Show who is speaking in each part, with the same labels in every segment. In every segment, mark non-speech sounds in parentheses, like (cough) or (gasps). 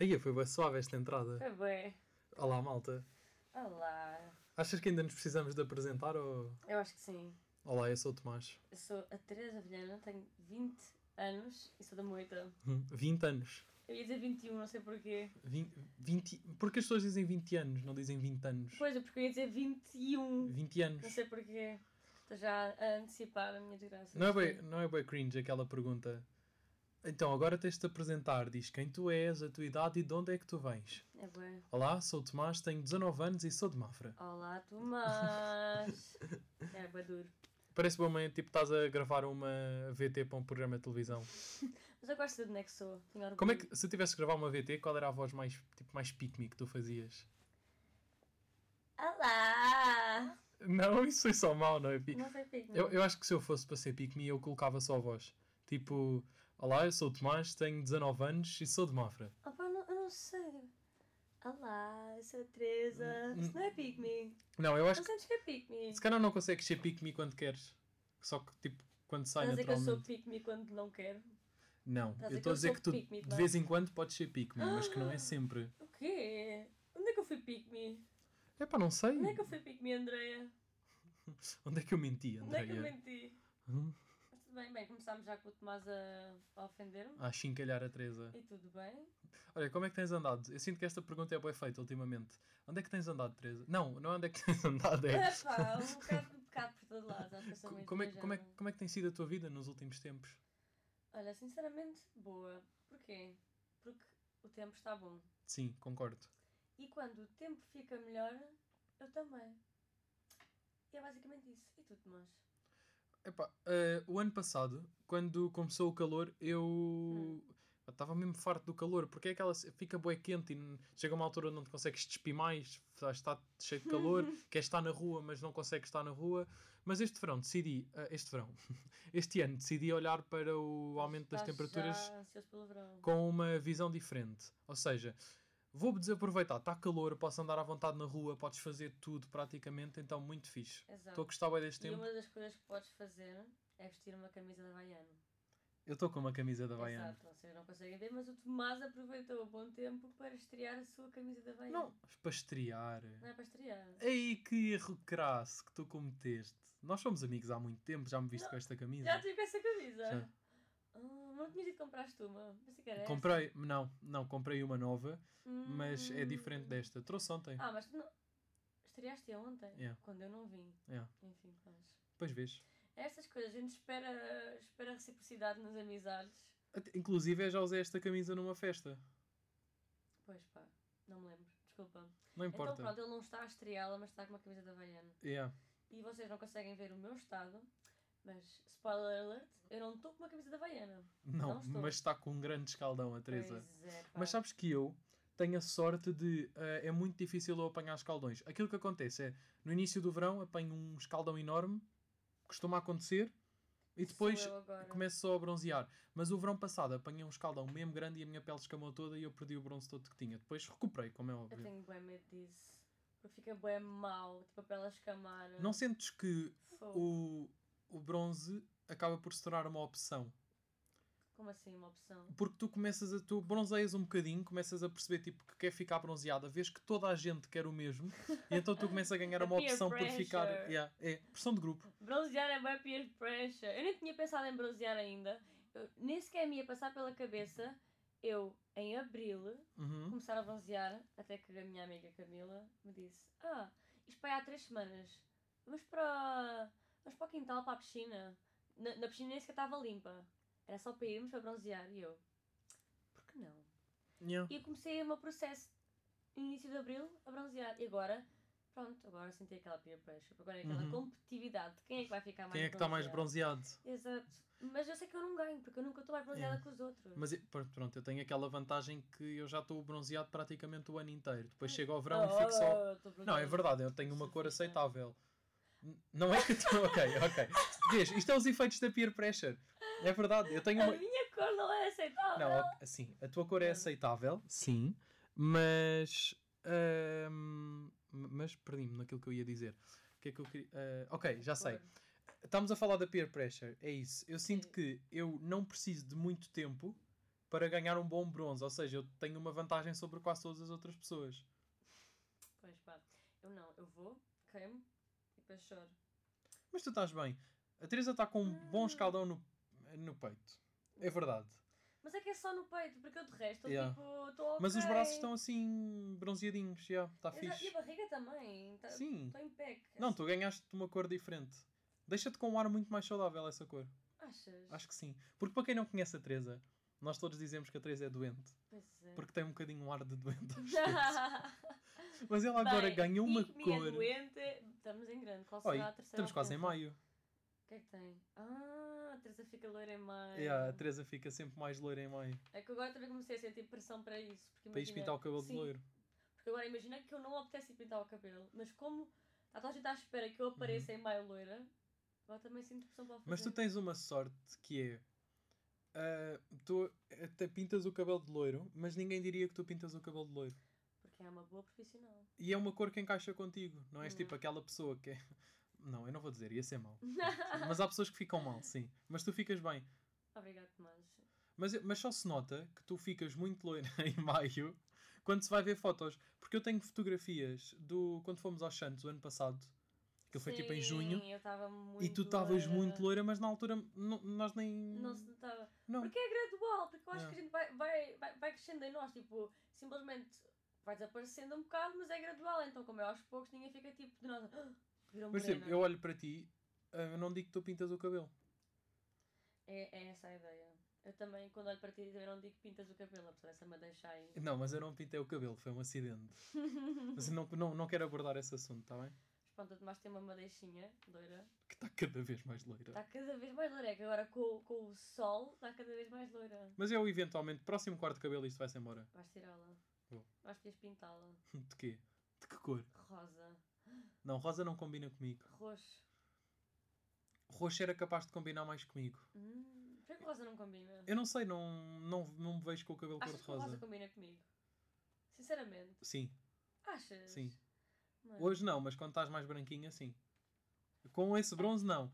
Speaker 1: Aí foi bem suave esta entrada.
Speaker 2: Foi bem.
Speaker 1: Olá, malta.
Speaker 2: Olá.
Speaker 1: Achas que ainda nos precisamos de apresentar ou.
Speaker 2: Eu acho que sim.
Speaker 1: Olá, eu sou o Tomás.
Speaker 2: Eu sou a Teresa Vilhena, tenho 20 anos e sou da Moita.
Speaker 1: Hum, 20 anos.
Speaker 2: Eu ia dizer 21, não sei porquê.
Speaker 1: Vin- 20. Porque as pessoas dizem 20 anos, não dizem 20 anos.
Speaker 2: Pois, é porque eu ia dizer 21.
Speaker 1: 20 anos.
Speaker 2: Não sei porquê. Estou já a antecipar a minha desgraça.
Speaker 1: Não é, bem, não é bem cringe aquela pergunta. Então, agora tens de te apresentar. Diz quem tu és, a tua idade e de onde é que tu vens.
Speaker 2: É bem.
Speaker 1: Olá, sou o Tomás, tenho 19 anos e sou de Mafra.
Speaker 2: Olá, Tomás. é bem duro.
Speaker 1: Parece bom, mãe, tipo estás a gravar uma VT para um programa de televisão.
Speaker 2: Mas eu gosto de onde é que sou. Tenho orgulho.
Speaker 1: Como é que, se tivesse que gravar uma VT, qual era a voz mais, tipo, mais pick-me que tu fazias? (laughs)
Speaker 2: Olá!
Speaker 1: Não, isso foi só mal, não é? pick-
Speaker 2: Não foi pico.
Speaker 1: Eu, eu acho que se eu fosse para ser pick-me, eu colocava só a voz. Tipo, olá, eu sou o Tomás, tenho 19 anos e sou de Mafra.
Speaker 2: Opa, eu não, eu não sei. Olá, eu sou a
Speaker 1: Hum,
Speaker 2: Teresa. Isso não é pick me.
Speaker 1: Não, eu acho
Speaker 2: Não
Speaker 1: que
Speaker 2: sentes que é pick me.
Speaker 1: se calhar não consegues ser pick-me quando queres. Só que, tipo, quando sai
Speaker 2: Estás a dizer que eu
Speaker 1: naturalmente.
Speaker 2: sou pick me quando não quero?
Speaker 1: Não,
Speaker 2: estás a
Speaker 1: eu
Speaker 2: dizer
Speaker 1: estou a
Speaker 2: que eu
Speaker 1: dizer
Speaker 2: sou
Speaker 1: que tu
Speaker 2: pick-me,
Speaker 1: de
Speaker 2: Tomás? Ah!
Speaker 1: vez em quando podes ser pick-me, mas que não é sempre.
Speaker 2: O quê? Onde é que eu fui pick me?
Speaker 1: É pá, não sei.
Speaker 2: Onde é que eu fui pick me, Andreia?
Speaker 1: Onde é que eu menti,
Speaker 2: Onde é que eu
Speaker 1: Andréia?
Speaker 2: menti?
Speaker 1: Hum?
Speaker 2: Mas tudo bem, bem, começámos já com o Tomás a, a ofender-me.
Speaker 1: A chincalhar a Teresa.
Speaker 2: E tudo bem?
Speaker 1: Olha, como é que tens andado? Eu sinto que esta pergunta é bem feita ultimamente. Onde é que tens andado, Teresa? Não, não é onde é que (laughs) tens andado,
Speaker 2: (laughs)
Speaker 1: é.
Speaker 2: Epá, um bocado, um bocado por todo lado. Acho que eu sou
Speaker 1: Co-
Speaker 2: muito
Speaker 1: Como é, que- como, é, que-
Speaker 2: viajada.
Speaker 1: como é que tem sido a tua vida nos últimos tempos?
Speaker 2: Olha, sinceramente, boa. Porquê? Porque o tempo está bom.
Speaker 1: Sim, concordo.
Speaker 2: E quando o tempo fica melhor, eu também. E é basicamente isso. E tu, Tomás?
Speaker 1: Epá, eh, o ano passado, quando começou o calor, eu
Speaker 2: Hum.
Speaker 1: estava mesmo farto do calor, porque é aquela. se- fica bué quente e n- chega uma altura onde não te consegues despir mais, já está cheio de
Speaker 2: (laughs)
Speaker 1: calor, queres estar na rua, mas não consegues estar na rua. Mas este verão decidi. ah, este verão. (laughs) este ano decidi olhar para o aumento das
Speaker 2: Estás
Speaker 1: temperaturas.
Speaker 2: Já ansioso pelo verão.
Speaker 1: com uma visão diferente. Ou seja, vou desaproveitar, está calor, posso andar à vontade na rua, podes fazer tudo praticamente, então muito fixe.
Speaker 2: Exato.
Speaker 1: Estou a gostar bem deste
Speaker 2: E
Speaker 1: tempo.
Speaker 2: uma das coisas que podes fazer é vestir uma camisa de Havaiano.
Speaker 1: Eu estou com uma camisa da Havaiana.
Speaker 2: Exato. Vocês não conseguem ver, mas o Tomás aproveitou o bom tempo para estrear a sua camisa de Havaiano.
Speaker 1: Não, para estrear.
Speaker 2: Não é para estrear.
Speaker 1: Ei, que erro crasso que tu cometeste. Nós somos amigos há muito tempo, já me viste
Speaker 2: Não,
Speaker 1: com esta camisa.
Speaker 2: Já tive essa camisa?
Speaker 1: Já.
Speaker 2: Ah, não tinhas dito que compraste uma. Pensei que era essa.
Speaker 1: Comprei, não, não, comprei uma nova,
Speaker 2: Hum.
Speaker 1: mas é diferente desta. Trouxe ontem.
Speaker 2: Ah, mas tu não... Estreaste-a ontem?
Speaker 1: Yeah.
Speaker 2: Quando eu não vim.
Speaker 1: É,
Speaker 2: Enfim, mas... é
Speaker 1: Depois vês.
Speaker 2: Estas coisas, a gente espera, espera reciprocidade nas amizades.
Speaker 1: Até- Inclusive, eu já usei esta camisa numa festa.
Speaker 2: Pois pá, não me lembro, desculpa.
Speaker 1: Não importa.
Speaker 2: Então pronto, ele não está a estreá-la, mas está com uma camisa da Havaiana.
Speaker 1: Yeah.
Speaker 2: E vocês não conseguem ver o meu estado, mas spoiler alert, eu não estou com uma camisa da Havaiana.
Speaker 1: Não,
Speaker 2: Não estou.
Speaker 1: mas está com um grande escaldão a Teresa.
Speaker 2: Pois é, pá.
Speaker 1: Mas sabes que eu tenho a sorte de. eh, é muito difícil eu apanhar escaldões. Aquilo que acontece é, no início do verão, apanho um escaldão enorme, costuma acontecer, e
Speaker 2: Sou
Speaker 1: depois
Speaker 2: eu agora.
Speaker 1: começo só a bronzear. Mas o verão passado apanhei um escaldão mesmo grande e a minha pele escamou toda e eu perdi o bronze todo que tinha. Depois recuperei, como é
Speaker 2: Eu
Speaker 1: óbvio.
Speaker 2: tenho bem medo disso. Porque fica bem mal, tipo a pele a escamar.
Speaker 1: Não sentes que
Speaker 2: Fogo.
Speaker 1: o, o bronze acaba por se tornar uma opção?
Speaker 2: Como assim, uma opção?
Speaker 1: Porque tu começas a. Tu bronzeias um bocadinho, começas a perceber tipo, que quer ficar bronzeada, vês que toda a gente quer o mesmo, e então tu começas a
Speaker 2: (laughs)
Speaker 1: ganhar uma
Speaker 2: Peer
Speaker 1: opção por
Speaker 2: pressure.
Speaker 1: ficar. Yeah, é, pressão de grupo.
Speaker 2: Bronzear é bem peer pressure. Eu nem tinha pensado em bronzear ainda. Eu, nem sequer me ia passar pela cabeça eu, em abril,
Speaker 1: Uhum.
Speaker 2: começar a bronzear. Até que a minha amiga Camila me disse: Ah, isto foi há três semanas. Vamos para, vamos para o quintal, para a piscina. Na, na piscina nem sequer estava limpa. Era só para irmos para bronzear. E eu: Por que não?
Speaker 1: Yeah.
Speaker 2: E eu comecei o meu processo no início de abril a bronzear. E agora, pronto, agora senti aquela peer pressure. Agora é aquela
Speaker 1: Uhum.
Speaker 2: competitividade de quem é que vai ficar mais
Speaker 1: Quem é que está mais
Speaker 2: bronzeado.
Speaker 1: bronzeado?
Speaker 2: Exato. Mas eu sei que eu não ganho, porque eu nunca estou mais bronzeada que os outros.
Speaker 1: É. Mas eu- pr- pronto, eu tenho aquela vantagem que eu já estou bronzeado praticamente o ano inteiro. Depois chega ao
Speaker 2: Oh,
Speaker 1: verão e fico só. Não, é verdade, eu tenho uma cor aceitável. N- Não é que tu. (laughs) Ok, ok. Vês, isto é os efeitos da peer pressure. É verdade, eu tenho
Speaker 2: A
Speaker 1: uma.
Speaker 2: minha cor não é aceitável.
Speaker 1: Não, assim, a tua
Speaker 2: Hum.
Speaker 1: cor é aceitável, sim, mas. ahm, mas perdi-me naquilo que eu ia dizer. O que é que eu queria. ah, ok, já sei. Estamos a falar da peer pressure, é isso. Eu sinto
Speaker 2: Sim.
Speaker 1: que eu não preciso de muito tempo para ganhar um bom bronze. Ou seja, eu tenho uma vantagem sobre quase todas as outras pessoas.
Speaker 2: Pois pá, eu não, eu vou, queimo e depois choro.
Speaker 1: Mas tu estás bem. A Teresa está com um bom
Speaker 2: Ah.
Speaker 1: escaldão no, no peito. É verdade.
Speaker 2: Mas é que é só no peito, porque eu de resto
Speaker 1: Yeah.
Speaker 2: tipo, estou
Speaker 1: Mas os braços estão assim bronzeadinhos, já, está
Speaker 2: E a
Speaker 1: fixe.
Speaker 2: barriga também, estou
Speaker 1: Sim.
Speaker 2: em pec.
Speaker 1: Não, tu ganhaste uma cor diferente. Deixa-te com um ar muito mais saudável essa cor.
Speaker 2: Achas?
Speaker 1: Acho que sim. Porque para quem não conhece a Teresa, nós todos dizemos que a Teresa é doente.
Speaker 2: Pois (laughs) é.
Speaker 1: Porque tem um bocadinho um ar de doente. às
Speaker 2: (laughs)
Speaker 1: vezes. Mas ela agora
Speaker 2: Bem,
Speaker 1: ganhou uma
Speaker 2: Pique Me é
Speaker 1: cor.
Speaker 2: doente, estamos em grande. Qual será
Speaker 1: Oi,
Speaker 2: a terceira
Speaker 1: estamos quase em
Speaker 2: ofensa?
Speaker 1: maio.
Speaker 2: O que é que tem? Ah, a Teresa fica loira em maio.
Speaker 1: É, a Teresa fica sempre mais loira em maio.
Speaker 2: É que eu agora também comecei a sentir pressão para isso. Porque
Speaker 1: Para ir
Speaker 2: imagina-
Speaker 1: pintar o cabelo de
Speaker 2: Sim,
Speaker 1: loiro.
Speaker 2: Porque agora imagina que eu não apetece ir pintar o cabelo, mas como a toda a gente à espera que eu apareça em maio loira, agora também sinto pressão para o fazer.
Speaker 1: Uhum. Mas tu tens uma sorte que é. ah, tu até pintas o cabelo de loiro, mas ninguém diria que tu pintas o cabelo de loiro.
Speaker 2: Porque é uma boa profissional.
Speaker 1: E é uma cor que encaixa contigo, não és
Speaker 2: Uhum.
Speaker 1: tipo aquela pessoa que é. (laughs) Não, eu não vou dizer, ia ser
Speaker 2: (laughs)
Speaker 1: mal. Mas há pessoas que ficam mal, sim. Mas tu ficas bem.
Speaker 2: Obrigado, Tomás.
Speaker 1: Mas, mas só se nota que tu ficas muito loira (laughs) em maio quando se vai ver fotos. Porque eu tenho fotografias do quando fomos aos Santos o ano passado, que foi tipo em
Speaker 2: Sim,
Speaker 1: junho,
Speaker 2: Eu estava muito
Speaker 1: e tu estavas
Speaker 2: loira.
Speaker 1: muito loira, mas na altura n- nós nem.
Speaker 2: Não se notava.
Speaker 1: não.
Speaker 2: Porque é gradual, porque eu acho
Speaker 1: É.
Speaker 2: que a gente vai, vai, vai, vai crescendo em nós, tipo, simplesmente vai desaparecendo um bocado, mas é gradual, então como é aos poucos, ninguém fica tipo de nada. "Ah, Virou
Speaker 1: Mas
Speaker 2: morena."
Speaker 1: tipo, eu olho para ti, ah, eu não digo que tu pintas o cabelo.
Speaker 2: é, é essa a ideia. Eu também, quando olho para ti, também não digo que pintas o cabelo, apesar dessa me deixar aí.
Speaker 1: Não, mas eu não pintei o cabelo, foi um acidente. Mas eu não, não, não quero abordar esse assunto, está bem?
Speaker 2: Mas pronto, a Tomás tem uma madeixinha loira.
Speaker 1: Que está cada vez mais loira.
Speaker 2: Está cada vez mais loira, é que agora com, o- com o sol está cada vez mais loira.
Speaker 1: Mas eu eventualmente, próximo quarto de cabelo, isto vai-se embora. (laughs)
Speaker 2: Vais tirá-la.
Speaker 1: Vou.
Speaker 2: Vais podias pintá-la.
Speaker 1: De quê? De que cor?
Speaker 2: Rosa.
Speaker 1: Não, rosa não combina comigo.
Speaker 2: Roxo.
Speaker 1: Roxo era capaz de combinar mais comigo.
Speaker 2: Hum, por que rosa não combina?
Speaker 1: Eu não sei, não, não, não me vejo com o cabelo
Speaker 2: Achas que o
Speaker 1: cor-de-rosa.
Speaker 2: rosa combina comigo? Sinceramente.
Speaker 1: Sim,
Speaker 2: Achas?
Speaker 1: Sim.
Speaker 2: Mano,
Speaker 1: hoje não, mas quando estás mais branquinha, sim. Com esse bronze, não.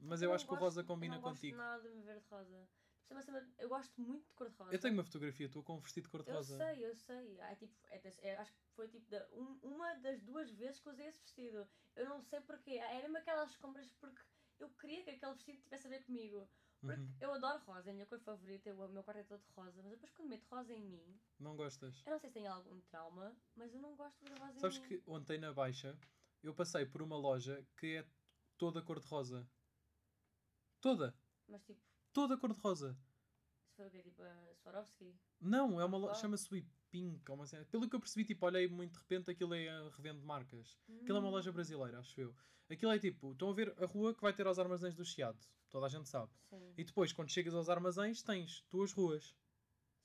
Speaker 1: Mas eu,
Speaker 2: não
Speaker 1: acho que o
Speaker 2: gosto-
Speaker 1: rosa combina contigo.
Speaker 2: Eu não gosto nada de me ver de rosa. Por cima, sempre- Eu gosto muito de cor de rosa.
Speaker 1: Eu tenho uma fotografia tua com um vestido de
Speaker 2: Eu
Speaker 1: cor-de-rosa.
Speaker 2: sei, eu sei. Ah, é tipo, é das- é- acho que foi tipo da- um- uma das duas vezes que usei esse vestido. Eu não sei porquê. Ah, Era mesmo aquelas compras porque eu queria que aquele vestido tivesse a ver comigo. Porque
Speaker 1: Uhum.
Speaker 2: eu adoro rosa, é a minha cor favorita, eu, o meu quarto é todo rosa. Mas depois quando meto rosa em mim,
Speaker 1: Não gostas?
Speaker 2: eu não sei se tenho algum trauma, mas eu não gosto de ver rosa
Speaker 1: Sabes
Speaker 2: em mim.
Speaker 1: que ontem na Baixa eu passei por uma loja que é toda cor-de-rosa. Toda!
Speaker 2: Mas tipo,
Speaker 1: Toda cor-de-rosa!
Speaker 2: se for o quê? Tipo a Swarovski?
Speaker 1: Não, é uma loja.
Speaker 2: Uau.
Speaker 1: Chama-se Wipink, ou uma cena. Pelo que eu percebi, tipo, olhei muito de repente, aquilo é a revende marcas. Aquilo é uma
Speaker 2: Hum.
Speaker 1: loja brasileira, acho eu. Aquilo é tipo, estão a ver a rua que vai ter aos armazéns do Chiado. Toda a gente sabe.
Speaker 2: Hum, Sim,
Speaker 1: E depois, quando chegas aos armazéns, tens duas ruas.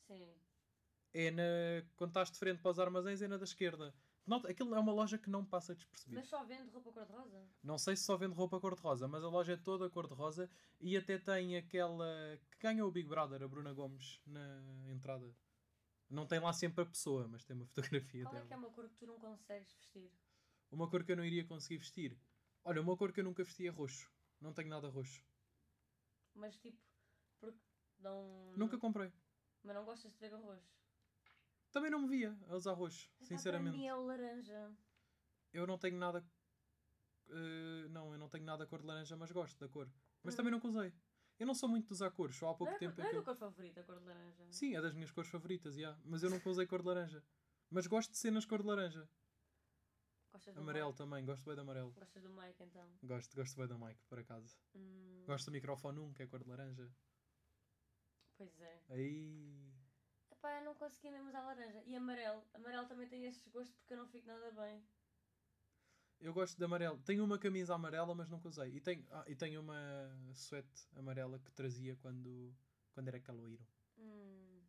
Speaker 2: sim.
Speaker 1: É na. Quando estás de frente para os armazéns, é na da esquerda. Nota, aquilo é uma loja que não passa despercebida.
Speaker 2: Mas só vendo roupa cor-de-rosa?
Speaker 1: Não sei se só vende roupa cor-de-rosa, mas a loja é toda cor-de-rosa e até tem aquela que ganhou o Big Brother, a Bruna Gomes, na entrada. Não tem lá sempre a pessoa, mas tem uma (laughs) fotografia
Speaker 2: Qual é
Speaker 1: dela.
Speaker 2: que é uma cor que tu não consegues vestir?
Speaker 1: Uma cor que eu não iria conseguir vestir. Olha, uma cor que eu nunca vesti é roxo. Não tenho nada roxo.
Speaker 2: Mas tipo, porque não...
Speaker 1: Nunca comprei.
Speaker 2: Mas não gostas de ver com roxo?
Speaker 1: Também não me via a usar roxo,
Speaker 2: Epá,
Speaker 1: sinceramente.
Speaker 2: Para mim é o laranja.
Speaker 1: Eu não tenho nada. eh, não, eu não tenho nada cor de laranja, mas gosto da cor. Mas
Speaker 2: Hum.
Speaker 1: também nunca usei. Eu não sou muito de usar cores, só há pouco
Speaker 2: não é,
Speaker 1: tempo
Speaker 2: não é a
Speaker 1: que eu-
Speaker 2: tua cor favorita, a cor de laranja?
Speaker 1: Sim, é das minhas cores favoritas, yeah. mas eu nunca usei cor de laranja. Mas gosto de cenas cor de laranja.
Speaker 2: Gostas do
Speaker 1: Amarelo
Speaker 2: Mike?
Speaker 1: também, gosto bem de amarelo.
Speaker 2: Gostas do Mike então?
Speaker 1: Gosto, gosto bem da Mike, por acaso.
Speaker 2: Hum,
Speaker 1: Gosto do microfone 1, que é cor de laranja.
Speaker 2: Pois é.
Speaker 1: Aí.
Speaker 2: Epá, eu não consegui mesmo usar laranja. E amarelo. Amarelo também tem esses gostos porque eu não fico nada bem.
Speaker 1: Eu gosto de amarelo. Tenho uma camisa amarela, mas nunca usei. E tenho, ah, e tenho uma suéte amarela que trazia quando, quando era caloiro.
Speaker 2: Hum.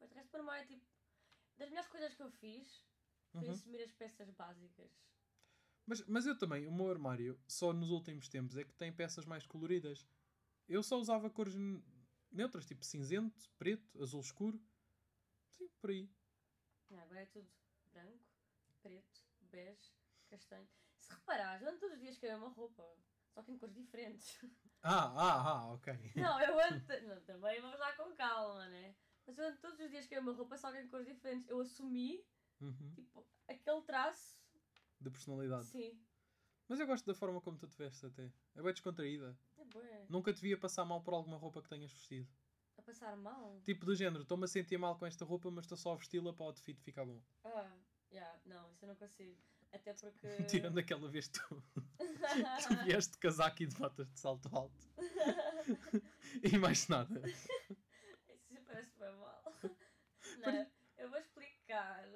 Speaker 2: Mas de resto, para mim, é tipo... Das melhores coisas que eu fiz, foi
Speaker 1: Uhum.
Speaker 2: assumir as peças básicas.
Speaker 1: Mas, mas eu também, o meu armário, só nos últimos tempos, é que tem peças mais coloridas. Eu só usava cores n- neutras, tipo cinzento, preto, azul escuro. Sim, por aí.
Speaker 2: Ah, agora é tudo branco, preto, bege, castanho. Se reparares, eu ando todos os dias com a mesma roupa. Só que em cores diferentes.
Speaker 1: Ah, ah, ah, ok.
Speaker 2: Não, eu ando. Não, também vamos lá com calma, né? Mas eu, todos os dias que eu uma roupa, se alguém de cores diferentes, eu assumi,
Speaker 1: Uhum.
Speaker 2: tipo, aquele traço.
Speaker 1: De personalidade.
Speaker 2: Sim.
Speaker 1: Mas eu gosto da forma como tu te vestes até. É bem descontraída.
Speaker 2: É bué.
Speaker 1: Nunca te via passar mal por alguma roupa que tenhas vestido.
Speaker 2: A passar mal?
Speaker 1: Tipo do género, estou-me a sentir mal com esta roupa, mas estou só a vesti-la para o outfit ficar bom.
Speaker 2: Ah, yeah, não, isso eu não consigo. Até porque. (laughs)
Speaker 1: Tirando aquela vez que tu, tu vieste de casaco e de botas de salto alto. E mais nada.
Speaker 2: Isso já parece bem mal. Não, eu vou explicar.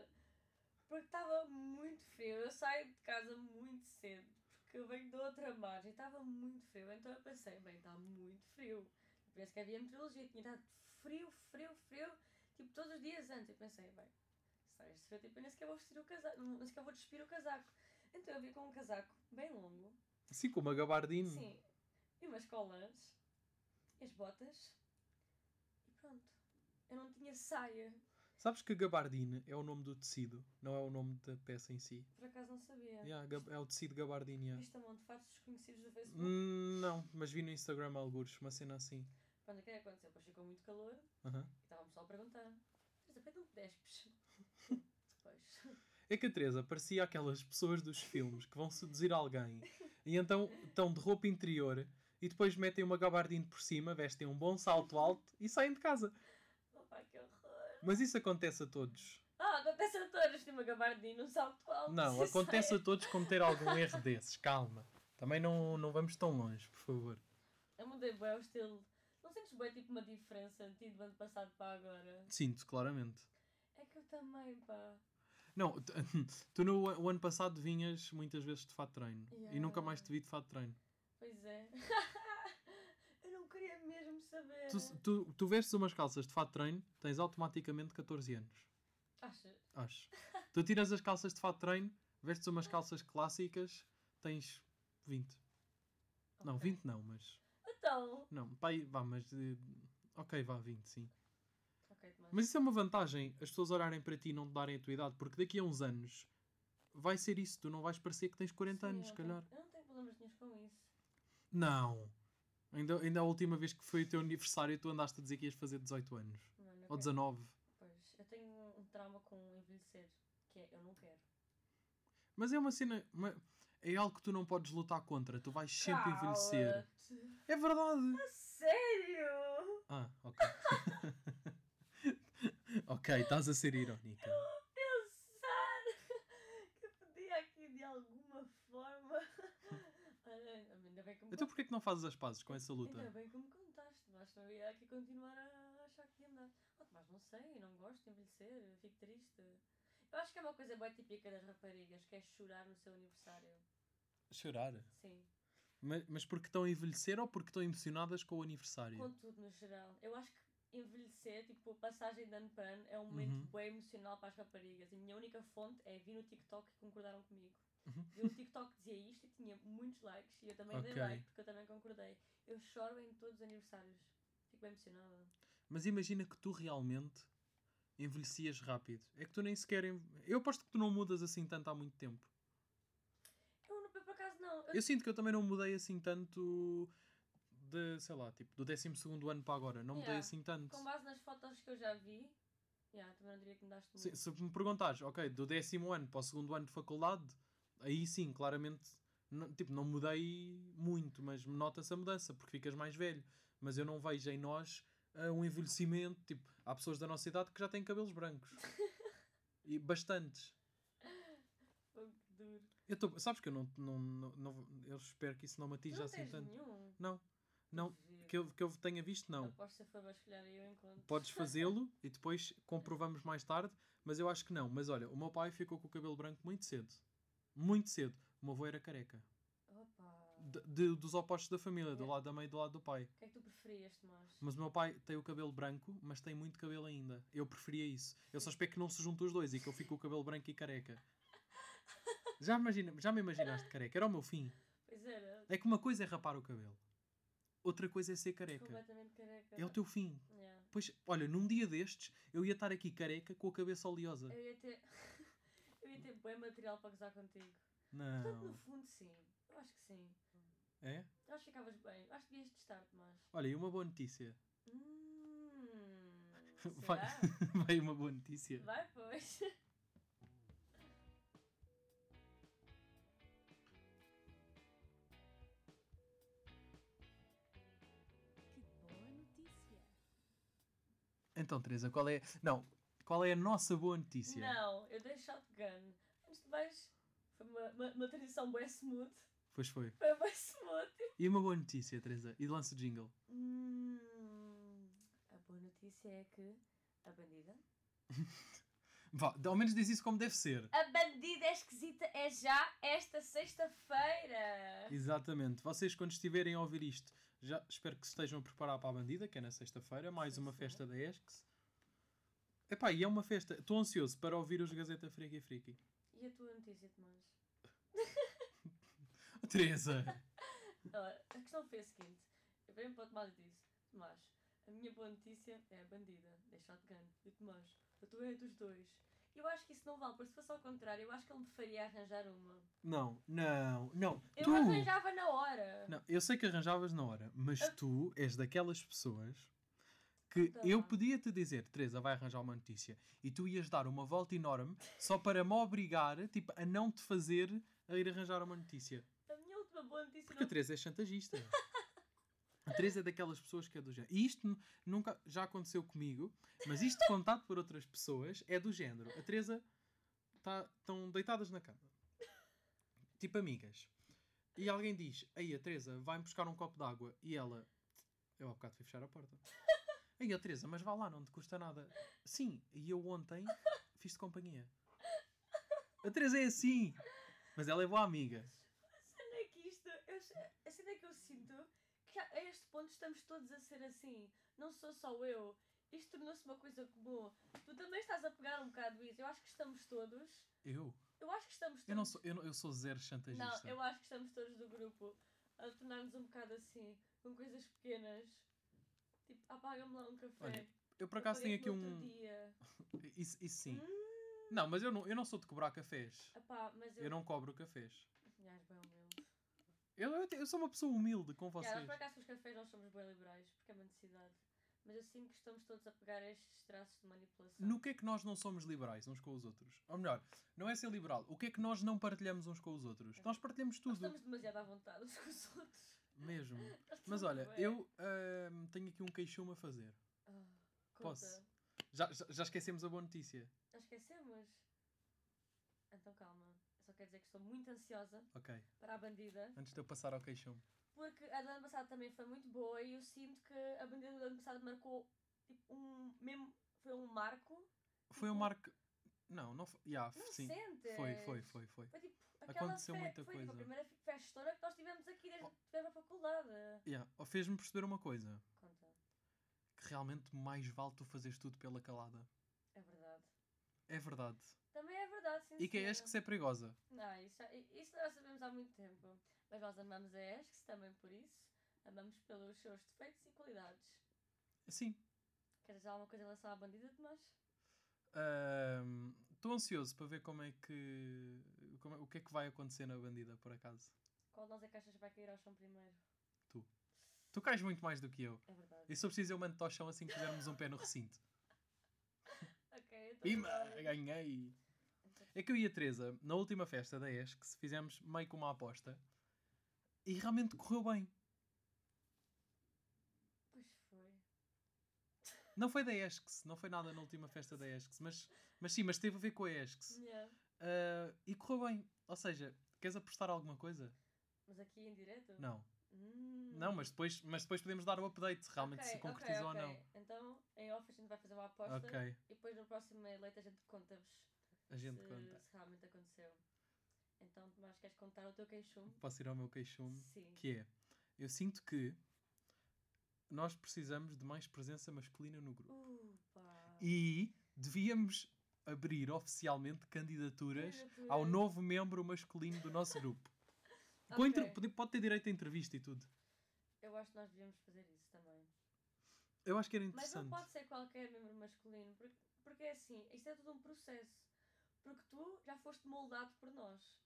Speaker 2: Porque estava muito frio. Eu saio de casa muito cedo. Porque eu venho de outra margem. Estava muito frio. Então eu pensei, bem, está muito frio. Parece que havia meteorologia. Tinha estado frio, frio, frio. Tipo, todos os dias antes. Eu pensei, bem, sai este frio. Tipo, eu nem sequer vou vestir o casaco. Nem sequer vou despir o casaco. Então eu vim com um casaco bem longo.
Speaker 1: Sim, com uma Assim gabardine.
Speaker 2: Sim. E umas colãs. E as botas. E pronto. Eu não tinha saia.
Speaker 1: Sabes que gabardine é o nome do tecido, não é o nome da peça em si.
Speaker 2: Por acaso não sabia.
Speaker 1: Yeah, gab- é o tecido gabardine. yeah.
Speaker 2: Viste a mão de fatos desconhecidos do Facebook.
Speaker 1: Hum, Não, mas vi no Instagram alguns, uma cena assim.
Speaker 2: Pronto, o que é que aconteceu? Depois ficou muito calor
Speaker 1: Aham.
Speaker 2: e estávamos só a perguntar. Teresa, porquê não te
Speaker 1: (laughs)
Speaker 2: um despes? Depois.
Speaker 1: É que a Teresa parecia aquelas pessoas dos filmes que vão seduzir alguém e então estão de roupa interior e depois metem uma gabardine por cima, vestem um bom salto alto e saem de casa.
Speaker 2: Opa, Oh, que horror.
Speaker 1: Mas isso acontece a todos.
Speaker 2: Ah, acontece a todos. Tinha uma gabardina, um salto alto.
Speaker 1: Não,
Speaker 2: (laughs) sem
Speaker 1: acontece a
Speaker 2: saia.
Speaker 1: todos cometer algum erro desses, calma. Também não, não vamos tão longe, por favor.
Speaker 2: Eu mudei bem o estilo. Não sentes bem tipo uma diferença de ti do ano passado para agora?
Speaker 1: Sinto, claramente.
Speaker 2: É que eu também, pá.
Speaker 1: Não, tu- (laughs) tu no o ano passado vinhas muitas vezes de fato de treino e nunca
Speaker 2: Yeah.
Speaker 1: mais te vi de fato de treino.
Speaker 2: Pois é. (laughs) eu não queria mesmo saber.
Speaker 1: Tu, tu, tu vestes umas calças de fato de treino, tens automaticamente 14 anos.
Speaker 2: Achas?
Speaker 1: Acho. (laughs) Tu tiras as calças de fato de treino, vestes umas calças clássicas, tens 20. Não,
Speaker 2: Ok.
Speaker 1: 20 não, mas.
Speaker 2: Então.
Speaker 1: Não, pai, vá, mas. eh, ok, vá, 20, sim.
Speaker 2: Ok, demais.
Speaker 1: Mas isso é uma vantagem, as pessoas olharem para ti e não te darem a tua idade, porque daqui a uns anos vai ser isso, tu não vais parecer que tens 40
Speaker 2: Sim,
Speaker 1: é anos,
Speaker 2: eu
Speaker 1: se
Speaker 2: não tenho-
Speaker 1: calhar.
Speaker 2: Eu não tenho problemas nenhums com isso.
Speaker 1: Não! Ainda, ainda a última vez que foi o teu aniversário, tu andaste a dizer que ias fazer 18 anos.
Speaker 2: Mano, eu
Speaker 1: Ou
Speaker 2: quero-
Speaker 1: 19.
Speaker 2: Pois, eu tenho um trauma com envelhecer, que é eu não quero.
Speaker 1: Mas é uma cena. uma- é algo que tu não podes lutar contra. Tu vais sempre envelhecer.
Speaker 2: Cala-te.
Speaker 1: É verdade!
Speaker 2: A sério?
Speaker 1: Ah, ok. (laughs) ok, estás a ser irónica.
Speaker 2: Pensar (laughs) que eu podia aqui de alguma forma. (laughs) Olha, ainda bem que me
Speaker 1: Então porquê que não fazes as pazes com essa
Speaker 2: Ainda
Speaker 1: luta?
Speaker 2: bem que me contaste, mas não ia aqui continuar a achar que ia andar. Oh, mas não sei, não gosto de envelhecer, eu fico triste. Eu acho que é uma coisa bem típica das raparigas, que é chorar no seu aniversário.
Speaker 1: Chorar.
Speaker 2: Sim,
Speaker 1: Mas, mas porque estão a envelhecer ou porque estão emocionadas com o aniversário?
Speaker 2: com tudo no geral. Eu acho que envelhecer, tipo, a passagem de ano para ano, é um momento
Speaker 1: Uhum.
Speaker 2: bem emocional para as raparigas. E a minha única fonte é vir no TikTok e concordaram comigo.
Speaker 1: Uhum.
Speaker 2: E o TikTok dizia isto e tinha muitos likes, e eu também dei
Speaker 1: Ok.
Speaker 2: like, porque eu também concordei. Eu choro em todos os aniversários. Fico bem emocionada.
Speaker 1: Mas imagina que tu realmente envelhecias rápido. É que tu nem sequer. en- Eu aposto que tu não mudas assim tanto há muito tempo.
Speaker 2: Eu, não- por acaso, não. Eu
Speaker 1: Eu sinto que eu também não mudei assim tanto de, sei lá, tipo, do 12 ano para agora. Não mudei
Speaker 2: Yeah.
Speaker 1: assim tanto.
Speaker 2: Com base nas fotos que eu já vi, yeah, também não diria que mudaste
Speaker 1: Se,
Speaker 2: muito.
Speaker 1: se me perguntares, ok, do décimo ano para o segundo ano de faculdade, aí sim, claramente, não, tipo, não mudei muito, mas nota-se a mudança, porque ficas mais velho. Mas eu não vejo em nós ah, um envelhecimento, tipo, há pessoas da nossa idade que já têm cabelos
Speaker 2: (laughs)
Speaker 1: brancos. e bastantes.
Speaker 2: Fogo de duro.
Speaker 1: Eu tô, sabes que eu não, não, não, não- Eu espero que isso não me atinja
Speaker 2: Não
Speaker 1: assim
Speaker 2: tens
Speaker 1: tanto.
Speaker 2: nenhum.
Speaker 1: Não. Não,
Speaker 2: Giro.
Speaker 1: que eu, que eu tenha visto, não.
Speaker 2: Aposto que se for vasculhar e eu encontro.
Speaker 1: Podes fazê-lo e depois comprovamos mais tarde, mas eu acho que não. Mas olha, o meu pai ficou com o cabelo branco muito cedo. Muito cedo. O meu avô era careca.
Speaker 2: Opa.
Speaker 1: D- de- dos opostos da família, do
Speaker 2: Yeah.
Speaker 1: lado da mãe e do lado do pai.
Speaker 2: O que é que tu preferias, Tomás?
Speaker 1: Mas o meu pai tem o cabelo branco, mas tem muito cabelo ainda. Eu preferia isso. Eu só espero que não se junte os dois e que eu fique com o cabelo branco e careca. Já, imagina, já me imaginaste careca? Era o meu fim.
Speaker 2: Pois era.
Speaker 1: É que uma coisa é rapar o cabelo, outra coisa é ser careca.
Speaker 2: Completamente careca.
Speaker 1: É o teu fim.
Speaker 2: Yeah.
Speaker 1: Pois, olha, num dia destes, eu ia estar aqui careca com a cabeça oleosa.
Speaker 2: Eu ia ter. (laughs) eu ia ter bem material para gozar contigo. Portanto, no
Speaker 1: Não.
Speaker 2: fundo, sim. Eu acho que sim.
Speaker 1: É?
Speaker 2: Eu acho que ficavas bem. Eu acho que devias testar, Tomás.
Speaker 1: Olha, e uma boa notícia.
Speaker 2: Hum.
Speaker 1: (laughs) Vai,
Speaker 2: Será?
Speaker 1: (laughs) vai uma boa notícia.
Speaker 2: Vai, pois.
Speaker 3: Que boa notícia!
Speaker 1: Então, Teresa, qual é. Não, qual é a nossa boa notícia?
Speaker 2: Não, eu dei shotgun. Antes de mais, foi uma, uma, uma transição bem smooth.
Speaker 1: Pois foi.
Speaker 2: Foi bem smooth.
Speaker 1: E uma boa notícia, Teresa. E lança o jingle.
Speaker 2: Hum, a boa notícia é que a bandida.
Speaker 1: Vá, ao menos diz isso como deve ser.
Speaker 2: A bandida esquisita é já esta sexta-feira!
Speaker 1: Exatamente. Vocês, quando estiverem a ouvir isto, já espero que se estejam a preparar para a bandida, que é na sexta-feira, mais
Speaker 2: Sim,
Speaker 1: uma
Speaker 2: sim.
Speaker 1: festa da ESCS. Epá, e é uma festa. Estou ansioso para ouvir os Gazeta Friki Friki.
Speaker 2: E a tua notícia, Tomás? (laughs)
Speaker 1: Teresa!
Speaker 2: Ora, a questão foi a seguinte: eu venho para o Tomás e disse: Tomás, a minha boa notícia é a bandida, da shotgun. E o Tomás, a tua é dos dois. Eu acho que isso não vale, porque se fosse ao contrário, eu acho que ele me faria arranjar uma.
Speaker 1: Não, não, não.
Speaker 2: Eu
Speaker 1: tu!
Speaker 2: arranjava na hora!
Speaker 1: Não, eu sei que arranjavas na hora, mas
Speaker 2: Ah.
Speaker 1: tu és daquelas pessoas que
Speaker 2: Tá
Speaker 1: eu
Speaker 2: lá.
Speaker 1: podia te dizer, Teresa, vai arranjar uma notícia, e tu ias dar uma volta enorme só para me obrigar tipo, a não te fazer a ir arranjar uma notícia.
Speaker 2: A minha última boa notícia
Speaker 1: Porque a
Speaker 2: não
Speaker 1: Teresa é chantagista. A Teresa é daquelas pessoas que é do género. E isto nu- nunca já aconteceu comigo, mas isto contado por outras pessoas é do género. A Teresa tá, estão deitadas na cama. Tipo amigas. E alguém diz: Aí a Teresa vai-me buscar um copo de água. E ela. Eu há bocado fui fechar a porta. Aí a Teresa, mas vá lá, não te custa nada. Sim, e eu ontem fiz-te companhia. A Teresa é assim. Mas ela é boa amiga.
Speaker 2: Sendo é que isto, eu, se- a cena é que eu sinto que já a este ponto estamos todos a ser assim. Não sou só eu. Isto tornou-se uma coisa comum. Tu também estás a pegar um bocado isso. Eu acho que estamos todos.
Speaker 1: Eu.
Speaker 2: Eu acho que estamos todos.
Speaker 1: Eu não sou, eu, não- eu sou zero chantagista.
Speaker 2: Não, eu acho que estamos todos do grupo a tornar-nos um bocado assim, com coisas pequenas. Tipo, apaga-me lá um café.
Speaker 1: Olha, Eu por acaso tenho aqui
Speaker 2: apaguei-te no
Speaker 1: um.
Speaker 2: outro Dia.
Speaker 1: Isso, isso sim.
Speaker 2: Hum,
Speaker 1: Não, mas eu não, eu não sou de cobrar cafés.
Speaker 2: epá, Ah, mas eu.
Speaker 1: Eu não cobro cafés.
Speaker 2: Já és bem humilde.
Speaker 1: Eu, eu, te- eu sou uma pessoa humilde com
Speaker 2: Yeah, nós
Speaker 1: vocês.
Speaker 2: por acaso com os cafés nós somos bem liberais, porque é uma necessidade. Mas eu sinto que estamos todos a pegar estes traços de manipulação.
Speaker 1: No que é que nós não somos liberais uns com os outros? Ou melhor, não é ser liberal. O que é que nós não partilhamos uns com os outros?
Speaker 2: É.
Speaker 1: Nós partilhamos
Speaker 2: Nós
Speaker 1: tudo.
Speaker 2: estamos demasiado à vontade uns com os outros. (laughs)
Speaker 1: Mesmo.
Speaker 2: Nós estamos
Speaker 1: Mas olha,
Speaker 2: bué.
Speaker 1: eu ahm, tenho aqui um queixume a fazer.
Speaker 2: Ah, conta.
Speaker 1: posso? Já, já, já esquecemos a boa notícia.
Speaker 2: Nós esquecemos. Então calma. Eu só quero dizer que estou muito ansiosa
Speaker 1: Ok.
Speaker 2: para a bandida.
Speaker 1: Antes de eu passar ao queixume.
Speaker 2: Porque a do ano passado também foi muito boa e eu sinto que a bandida do ano passado marcou tipo, um. mesmo. Foi um marco.
Speaker 1: Foi o
Speaker 2: Tipo-
Speaker 1: Marco. Não, não foi. Yeah,
Speaker 2: Não
Speaker 1: sim.
Speaker 2: sentes?
Speaker 1: Foi, foi, foi, foi.
Speaker 2: Foi tipo, aquela
Speaker 1: Aconteceu
Speaker 2: fe-
Speaker 1: muita
Speaker 2: foi,
Speaker 1: coisa. Oh.
Speaker 2: Tipo, a primeira fe- festona que nós tivemos aqui desde que tivemos a faculdade.
Speaker 1: Yeah. Fez-me perceber uma coisa.
Speaker 2: Conta,
Speaker 1: que realmente mais vale tu fazeres tudo pela calada.
Speaker 2: é verdade.
Speaker 1: É verdade.
Speaker 2: Também é verdade, sim.
Speaker 1: E que é
Speaker 2: senhora.
Speaker 1: este que se é perigosa.
Speaker 2: Não, isso, já- i- isso nós sabemos há muito tempo. Mas nós amamos é a ESCS também por isso. Amamos pelos seus defeitos e qualidades.
Speaker 1: Sim.
Speaker 2: Queres dizer alguma coisa em relação à bandida, Tomás?
Speaker 1: Estou ansioso para ver como é que. como é- o que é que vai acontecer na bandida, por acaso.
Speaker 2: Qual de nós é que achas que vai cair ao chão primeiro?
Speaker 1: Tu cais muito mais do que eu.
Speaker 2: É verdade.
Speaker 1: E se eu preciso, eu mando-te ao chão assim que tivermos um pé no recinto.
Speaker 2: Ok, então.
Speaker 1: Ima!
Speaker 2: vai.
Speaker 1: Ganhei! É que eu e a Teresa, na última festa da ESC, fizemos meio que uma aposta e realmente correu bem.
Speaker 2: Pois foi.
Speaker 1: Não foi da ESC, não foi nada na última festa da ESC, mas, mas sim, mas teve a ver com a ESC.
Speaker 2: Yeah.
Speaker 1: Ah, e correu bem. Ou seja, queres apostar alguma coisa?
Speaker 2: Mas aqui em direto?
Speaker 1: Não.
Speaker 2: Hum.
Speaker 1: Não, mas depois, mas depois podemos dar o update realmente
Speaker 2: Ok,
Speaker 1: se
Speaker 2: ok,
Speaker 1: concretizou
Speaker 2: ok.
Speaker 1: ou não.
Speaker 2: Então, em off a gente vai fazer uma aposta.
Speaker 1: Ok,
Speaker 2: E depois no próximo leite a gente conta-vos
Speaker 1: a gente
Speaker 2: se,
Speaker 1: conta.
Speaker 2: se realmente aconteceu. Então, Tomás, queres contar o teu queixume?
Speaker 1: Posso ir ao meu queixume?
Speaker 2: Sim.
Speaker 1: Que é, eu sinto que nós precisamos de mais presença masculina no grupo.
Speaker 2: Uh, pá.
Speaker 1: E devíamos abrir oficialmente candidaturas ao
Speaker 2: Candidaturas.
Speaker 1: novo membro masculino do nosso grupo. Com
Speaker 2: Ok,
Speaker 1: inter- pode- Pode ter direito a entrevista e tudo.
Speaker 2: Eu acho que nós devíamos fazer isso também.
Speaker 1: Eu acho que era
Speaker 2: Mas não
Speaker 1: interessante.
Speaker 2: pode ser qualquer membro masculino, porque, porque é assim, isto é todo um processo. Porque tu já foste moldado por nós.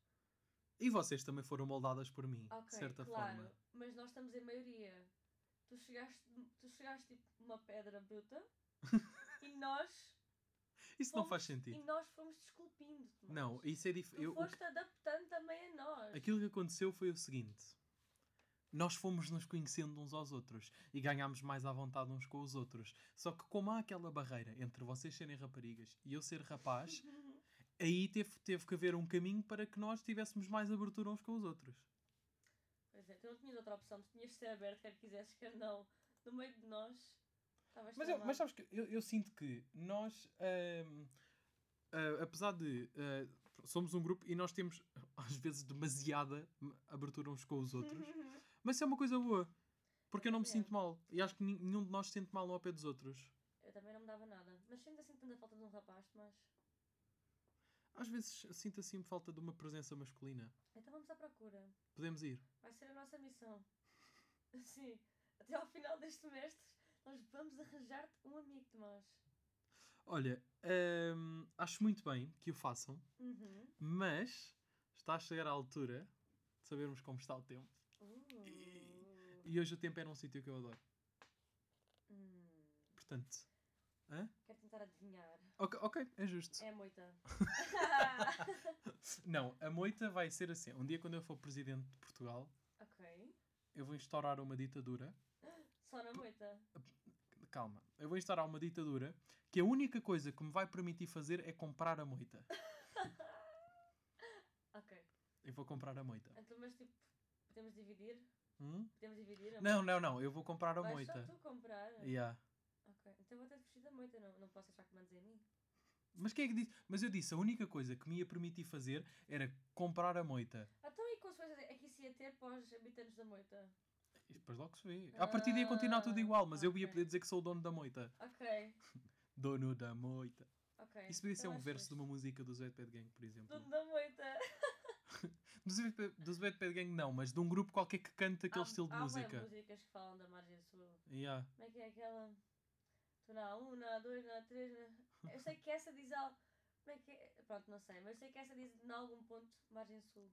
Speaker 1: E vocês também foram moldadas por mim,
Speaker 2: Ok,
Speaker 1: de certa
Speaker 2: claro,
Speaker 1: forma.
Speaker 2: mas nós
Speaker 1: (laughs)
Speaker 2: estamos em maioria. Tu chegaste, tu chegaste tipo uma pedra bruta E nós.
Speaker 1: Isso não
Speaker 2: fomos-
Speaker 1: faz
Speaker 2: E
Speaker 1: sentido.
Speaker 2: nós fomos desculpindo.
Speaker 1: Tipo. Não, isso é
Speaker 2: Tu
Speaker 1: diferente.
Speaker 2: foste adaptando também a nós.
Speaker 1: Aquilo que aconteceu foi o seguinte: nós fomos nos conhecendo uns aos outros e ganhámos mais à vontade uns com os outros. Só que, como há aquela barreira entre vocês serem raparigas e eu ser
Speaker 2: (laughs)
Speaker 1: rapaz, aí teve, teve que haver um caminho para que nós tivéssemos mais abertura uns com os outros.
Speaker 2: Pois é, tu não tinhas outra opção, tu tinhas de ser aberto, quer quisesses, quer não. No meio de nós, estavas
Speaker 1: Mas, eu-
Speaker 2: tramado.
Speaker 1: mas sabes que eu, eu sinto que nós, ahm, ah, apesar de ah, somos um grupo e nós temos (laughs) às vezes demasiada abertura uns com os outros, mas isso é uma coisa boa. Porque eu não me
Speaker 2: Uhum. É.
Speaker 1: sinto mal. E acho que nin- nenhum de nós se sente mal um ao pé dos outros.
Speaker 2: (laughs) Eu também não me dava nada. Mas sendo assim tanta falta de um rapaz, mas.
Speaker 1: Às vezes sinto assim falta de uma presença masculina.
Speaker 2: Então vamos à procura.
Speaker 1: Podemos ir.
Speaker 2: Vai ser a nossa missão. (laughs) Sim, até ao final deste semestre, nós vamos arranjar-te um amigo, Tomás.
Speaker 1: Olha, ahm, acho muito bem que o façam,
Speaker 2: Uhum.
Speaker 1: mas está a chegar a altura de sabermos como está o tempo.
Speaker 2: Uh.
Speaker 1: E hoje o tempo era um sítio que eu adoro.
Speaker 2: Hum.
Speaker 1: Portanto,
Speaker 2: Quero tentar adivinhar.
Speaker 1: ok, ok, é justo. (laughs)
Speaker 2: É moita.
Speaker 1: Não, a moita vai ser assim. Um dia, quando eu for presidente de Portugal,
Speaker 2: ok.
Speaker 1: eu vou instaurar uma ditadura.
Speaker 2: Só na moita.
Speaker 1: Calma, eu vou instaurar uma ditadura que a única coisa que me vai permitir fazer é comprar a moita.
Speaker 2: Ok.
Speaker 1: Eu vou comprar a moita.
Speaker 2: Então, mas tipo, podemos dividir?
Speaker 1: Hum?
Speaker 2: Podemos dividir?
Speaker 1: Não, não, não, eu vou comprar a
Speaker 2: Vais
Speaker 1: moita.
Speaker 2: só tu comprar.
Speaker 1: Yeah.
Speaker 2: Ok. Então vou ter de vestir da moita, não, não posso achar que mandes em mim.
Speaker 1: Mas quem é que disse? Mas eu disse, a única coisa que me ia permitir fazer era comprar a moita.
Speaker 2: Então, e consequências é que isso ia ter para os habitantes da moita?
Speaker 1: E depois logo se vê. A partir ia continuar tudo
Speaker 2: Ah,
Speaker 1: igual, mas eu ia
Speaker 2: ok.
Speaker 1: poder dizer que sou o dono da moita.
Speaker 2: Ok.
Speaker 1: Dono da moita.
Speaker 2: Ok. Então,
Speaker 1: Isso podia ser
Speaker 2: Eu
Speaker 1: um
Speaker 2: acho
Speaker 1: verso de
Speaker 2: justo.
Speaker 1: uma música dos Red Bad Gang, por exemplo.
Speaker 2: Dono da
Speaker 1: É
Speaker 2: moita.
Speaker 1: Dos Red Bad- dos Red Bad Gang não, mas de um grupo qualquer que canta aquele
Speaker 2: Há-
Speaker 1: estilo de
Speaker 2: há Ah, bué
Speaker 1: música.
Speaker 2: músicas que falam da margem sul.
Speaker 1: Yeah.
Speaker 2: Como é que é aquela? Estou na 1, na 2, na 3, na... Eu sei que essa diz algo... Como é que é? Pronto, não sei. Mas eu sei que essa diz, em algum ponto, margem sul.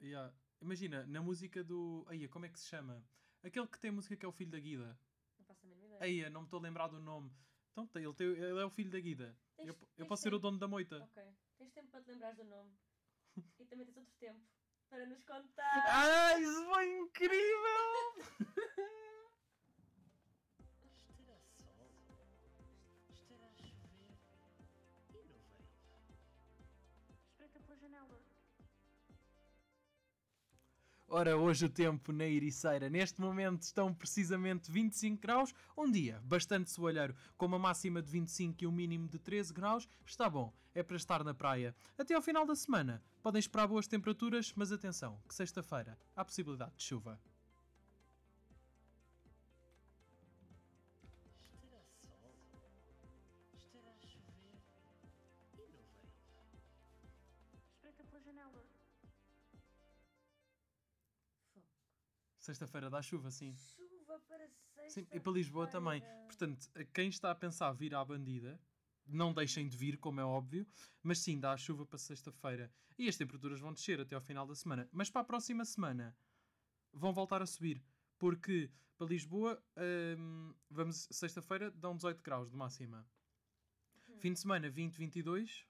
Speaker 1: Yeah. Imagina, na música do. Aia, como é que se chama? Aquele que tem música que é o filho da Guida.
Speaker 2: Não faço a mínima ideia.
Speaker 1: Aia, não me estou a lembrar do nome. Então, tem- ele, tem- ele é o filho da Guida.
Speaker 2: Tens-
Speaker 1: Eu, eu
Speaker 2: tens
Speaker 1: posso ser o
Speaker 2: tempo.
Speaker 1: dono da moita.
Speaker 2: Ok. Tens tempo para te lembrares do nome. e também tens outro tempo para nos contar.
Speaker 1: Ah, isso foi incrível!
Speaker 4: Estará sol, estará a chover e nuvens.
Speaker 5: Espreita pela janela.
Speaker 1: Ora, hoje o tempo na Ericeira. Neste momento estão precisamente 25 graus. Um dia bastante soalheiro, com uma máxima de 25 e um mínimo de 13 graus. Está bom, é para estar na praia. Até ao final da semana. Podem esperar boas temperaturas, mas atenção, que sexta-feira há possibilidade de chuva.
Speaker 4: Estará sol, estará a chover e nuvens.
Speaker 5: Espreita pela janela.
Speaker 2: Fogo.
Speaker 1: Sexta-feira dá chuva, sim.
Speaker 2: Chuva para sexta
Speaker 1: Sim, e para Lisboa também. Portanto, a quem está a pensar vir à bandida, não deixem de vir, como é óbvio, mas sim, dá a chuva para sexta-feira. E as temperaturas vão descer até ao final da semana. Mas para a próxima semana vão voltar a subir. Porque para Lisboa, hum, vamos, sexta-feira dão 18 graus de máxima.
Speaker 2: Hum.
Speaker 1: Fim de semana 20, 22.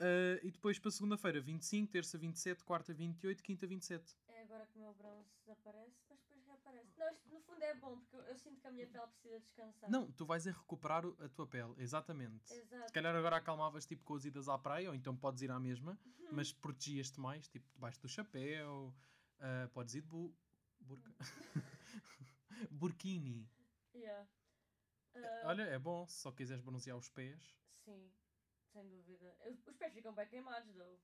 Speaker 1: Ah, e depois para segunda-feira 25, terça 27, quarta 28, quinta 27.
Speaker 2: É agora que o meu bronze desaparece, mas depois reaparece. Não, isto no fundo é bom, porque eu, eu sinto que a minha pele precisa descansar.
Speaker 1: Não, tu vais a recuperar o- a tua pele, exatamente. Se
Speaker 2: Exato.
Speaker 1: calhar agora acalmavas tipo com as idas à praia, ou então podes ir à mesma,
Speaker 2: Uhum.
Speaker 1: mas protegias-te mais, tipo debaixo do chapéu, ah, podes ir de bu burca. (laughs) burkini.
Speaker 2: Yeah. Ah,
Speaker 1: Olha, é bom se só quiseres bronzear os pés.
Speaker 2: Sim, sem dúvida. Eu- Os pés ficam bem queimados, dou.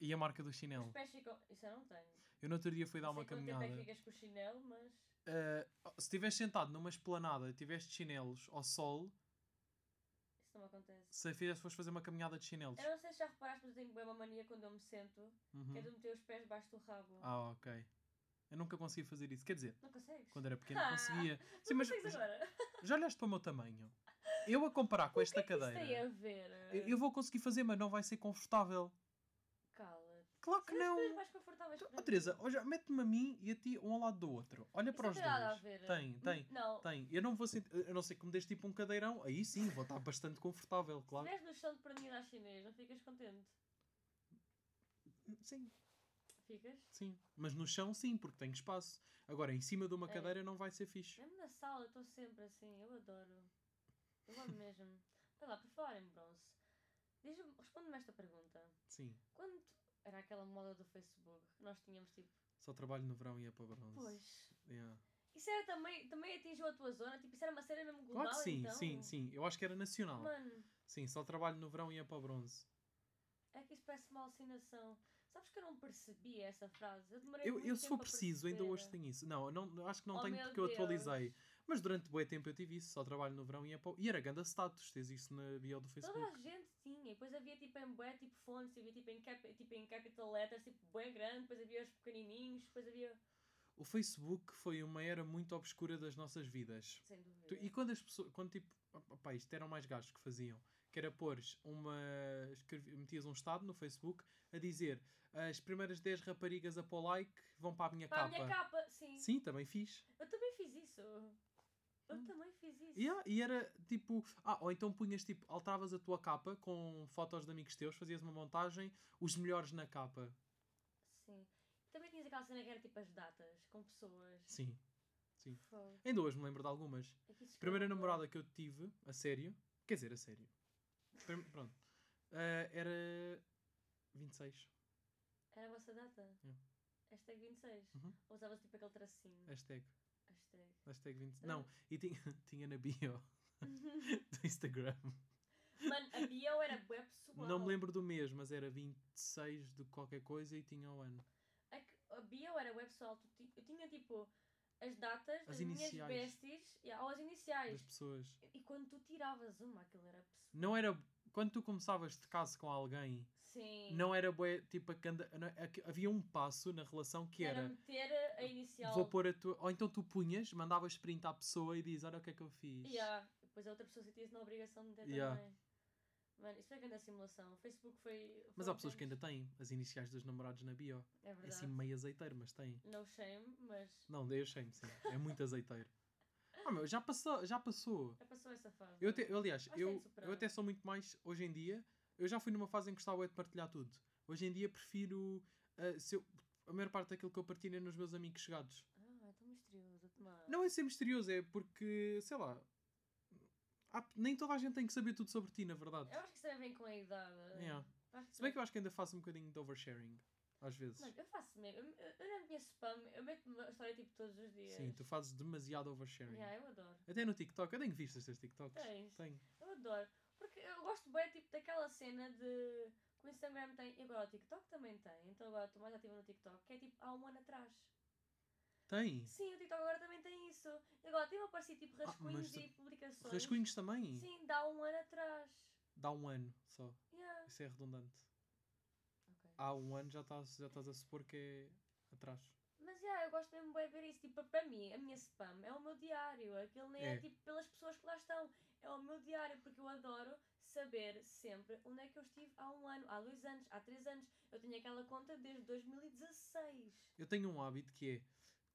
Speaker 1: E a marca do
Speaker 2: Os
Speaker 1: chinelo.
Speaker 2: pés ficam. Isso eu não tenho.
Speaker 1: Eu no outro dia fui dar
Speaker 2: Não sei
Speaker 1: uma
Speaker 2: quanto tempo
Speaker 1: caminhada.
Speaker 2: é que ficas com o chinelo, mas.
Speaker 1: Ah, se estiveres sentado numa esplanada e tiveres de chinelos ao sol,
Speaker 2: Isso não me acontece.
Speaker 1: se fizeres, fores fazer uma caminhada de chinelos.
Speaker 2: Eu não sei se já reparaste, mas eu tenho bem uma mania quando eu me sento,
Speaker 1: Uhum.
Speaker 2: que é de meter os pés debaixo do rabo.
Speaker 1: Ah, ok. Eu nunca consegui fazer isso. Quer dizer,
Speaker 2: Não consegues?
Speaker 1: quando era pequeno
Speaker 2: Ah,
Speaker 1: conseguia.
Speaker 2: Não
Speaker 1: Sim, mas
Speaker 2: consegues agora?
Speaker 1: já olhaste para o meu tamanho? Eu a comparar com
Speaker 2: O
Speaker 1: esta
Speaker 2: que é que
Speaker 1: cadeira.
Speaker 2: Isso tem a ver.
Speaker 1: Eu, eu vou conseguir fazer, mas não vai ser confortável.
Speaker 2: Cala-te.
Speaker 1: Claro que
Speaker 2: São as
Speaker 1: não.
Speaker 2: coisas mais confortáveis
Speaker 1: Então,
Speaker 2: para
Speaker 1: ó,
Speaker 2: mim.
Speaker 1: Teresa, olha, mete-me a mim e a ti um ao lado do outro. Olha
Speaker 2: Isso
Speaker 1: para
Speaker 2: não
Speaker 1: os
Speaker 2: tem
Speaker 1: dois.
Speaker 2: nada a ver. Hum.
Speaker 1: Tem, tem,
Speaker 2: Não,
Speaker 1: tem. Eu não vou sentir. A não ser que me des tipo um cadeirão, aí sim, vou estar bastante confortável,
Speaker 2: se
Speaker 1: claro.
Speaker 2: deres no chão de perninha chinês, não ficas contente?
Speaker 1: Sim,
Speaker 2: Ficas?
Speaker 1: sim. Mas no chão, sim, porque tenho espaço. Agora, em cima de uma
Speaker 2: É.
Speaker 1: cadeira não vai ser fixe.
Speaker 2: Mesmo na sala, eu estou sempre assim, eu adoro. Eu
Speaker 1: (laughs)
Speaker 2: amo mesmo. Vai lá, por falar em bronze, diz-me- responde-me esta pergunta.
Speaker 1: Sim.
Speaker 2: Quando era aquela moda do Facebook, que nós tínhamos tipo,
Speaker 1: Só trabalho no verão e é para bronze.
Speaker 2: pois,
Speaker 1: Yeah.
Speaker 2: isso era também, também atingiu a tua zona? Tipo, isso era uma série mesmo global,
Speaker 1: Claro que sim,
Speaker 2: então?
Speaker 1: sim, sim. Eu acho que era nacional.
Speaker 2: Mano,
Speaker 1: Sim, só trabalho no verão e é para bronze.
Speaker 2: é que isso parece uma alucinação. Sabes que eu não percebi essa frase? Eu demorei
Speaker 1: Eu,
Speaker 2: muito
Speaker 1: eu se for
Speaker 2: tempo a
Speaker 1: preciso, ainda hoje
Speaker 2: perceber.
Speaker 1: tenho isso. Não, eu não acho que não
Speaker 2: Oh,
Speaker 1: tenho
Speaker 2: meu
Speaker 1: porque eu atualizei.
Speaker 2: Deus.
Speaker 1: Mas durante bom tempo eu tive isso, só trabalho no verão e é para... E era ganda status, tens isso na bio do
Speaker 2: Toda a
Speaker 1: Facebook.
Speaker 2: gente tinha, e depois havia tipo em bué, tipo fontes, havia tipo em, cap, tipo em capital letters, tipo bué grande, depois havia os pequenininhos, depois havia...
Speaker 1: O Facebook foi uma era muito obscura das nossas vidas.
Speaker 2: Sem dúvida.
Speaker 1: Tu- e quando as pessoas... Quando tipo... Opá, isto eram mais gajos que faziam. Que era pôres uma... escrevi- metias um estado no Facebook a dizer as primeiras 10 raparigas a pôr like vão para a minha
Speaker 2: Para a
Speaker 1: capa.
Speaker 2: minha capa, sim.
Speaker 1: Sim, também fiz.
Speaker 2: Eu também fiz isso. Eu
Speaker 1: Hum.
Speaker 2: também fiz isso.
Speaker 1: Yeah, e era tipo. Ah, ou então punhas tipo. Alteravas a tua capa com fotos de amigos teus, fazias uma montagem, os melhores na capa.
Speaker 2: Sim. Também tinhas aquela cena que era tipo as datas, com pessoas.
Speaker 1: Sim.
Speaker 2: Fogo.
Speaker 1: Ainda hoje me lembro de algumas.
Speaker 2: É que isso
Speaker 1: Primeira
Speaker 2: escalou.
Speaker 1: namorada que eu tive, a sério. Quer dizer, a sério. Prim- pronto. Ah, era. 26.
Speaker 2: Era a vossa data?
Speaker 1: Yeah.
Speaker 2: Hashtag 26.
Speaker 1: Hum. Uhum.
Speaker 2: Ou usavas tipo aquele tracinho.
Speaker 1: Hashtag.
Speaker 2: Hashtag.
Speaker 1: Hashtag 20.
Speaker 2: Ah.
Speaker 1: Não, e tinha, (laughs) tinha na bio do Instagram.
Speaker 2: Mano, a bio era bué pessoal.
Speaker 1: Não me lembro do mês, mas era 26 de qualquer coisa e tinha o ano.
Speaker 2: É que a bio era bué pessoal. Tu ti- Eu tinha tipo as datas das minhas
Speaker 1: iniciais.
Speaker 2: besties yeah, ou as iniciais.
Speaker 1: Das pessoas.
Speaker 2: E- E quando tu tiravas uma, aquilo era pessoal.
Speaker 1: Não era. Quando tu começavas de caso com alguém,
Speaker 2: Sim.
Speaker 1: não era bué, tipo, a canda- não- a que- havia um passo na relação que
Speaker 2: Era
Speaker 1: era,
Speaker 2: meter a inicial.
Speaker 1: vou pôr a tua, ou então tu punhas, mandavas print à pessoa e dizes, olha o que é que eu fiz.
Speaker 2: Yeah. Depois a outra pessoa sentia-se na obrigação de meter
Speaker 1: Yeah.
Speaker 2: também. Mano, isso foi grande a simulação. O Facebook foi.
Speaker 1: Mas
Speaker 2: foram
Speaker 1: há pessoas que ainda
Speaker 2: tempos-
Speaker 1: têm as iniciais dos namorados na bio.
Speaker 2: É
Speaker 1: É
Speaker 2: verdade.
Speaker 1: assim meio azeiteiro, mas têm.
Speaker 2: No shame, mas.
Speaker 1: Não, eu achei-me, sim. É muito azeiteiro. Ah, meu, já passou, já passou.
Speaker 2: Já passou essa fase.
Speaker 1: Eu até, eu, aliás,
Speaker 2: Mas tem
Speaker 1: eu,
Speaker 2: de superar.
Speaker 1: eu até sou muito mais hoje em dia. Eu já fui numa fase em que gostava de partilhar tudo. Hoje em dia prefiro ah, se eu- a maior parte daquilo que eu partilho é nos meus amigos chegados.
Speaker 2: Ah, é tão misterioso, Tomás.
Speaker 1: Não é ser misterioso, é porque, sei lá, há- nem toda a gente tem que saber tudo sobre ti, na verdade.
Speaker 2: Eu acho que isso também vem com a idade.
Speaker 1: Yeah.
Speaker 2: Acho que
Speaker 1: Se bem que eu acho que ainda faço um bocadinho de oversharing, às vezes.
Speaker 2: Mano, eu faço mesmo. Eu, eu- eu na minha spam, eu meto uma história tipo todos os dias.
Speaker 1: Sim, tu fazes demasiado oversharing.
Speaker 2: Yeah, eu adoro.
Speaker 1: Até no TikTok, eu tenho visto estes TikToks.
Speaker 2: Tens.
Speaker 1: Tenho.
Speaker 2: Eu adoro. Porque eu gosto bem tipo, daquela cena de. Que o Instagram tem. E agora o TikTok também tem. Então agora estou mais ativa no TikTok. Que é tipo há um ano atrás.
Speaker 1: Tem.
Speaker 2: Sim, o TikTok agora também tem isso. E agora tem aparecido tipo
Speaker 1: Ah,
Speaker 2: rascunhos
Speaker 1: mas
Speaker 2: e publicações.
Speaker 1: Rascunhos também.
Speaker 2: Sim, dá um ano atrás.
Speaker 1: Dá um ano só.
Speaker 2: Yeah.
Speaker 1: Isso é redundante.
Speaker 2: Ok.
Speaker 1: Há um ano já estás, já estás a supor que é atrás.
Speaker 2: Mas yeah, eu gosto mesmo bem de ver isso. Tipo, para mim, a minha spam é o meu diário. Aquilo nem é.
Speaker 1: É.
Speaker 2: tipo pelas pessoas que lá estão. É o meu diário, porque eu adoro saber sempre onde é que eu estive há um ano, há dois anos, há três anos. Eu tenho aquela conta desde 2016.
Speaker 1: Eu tenho um hábito que é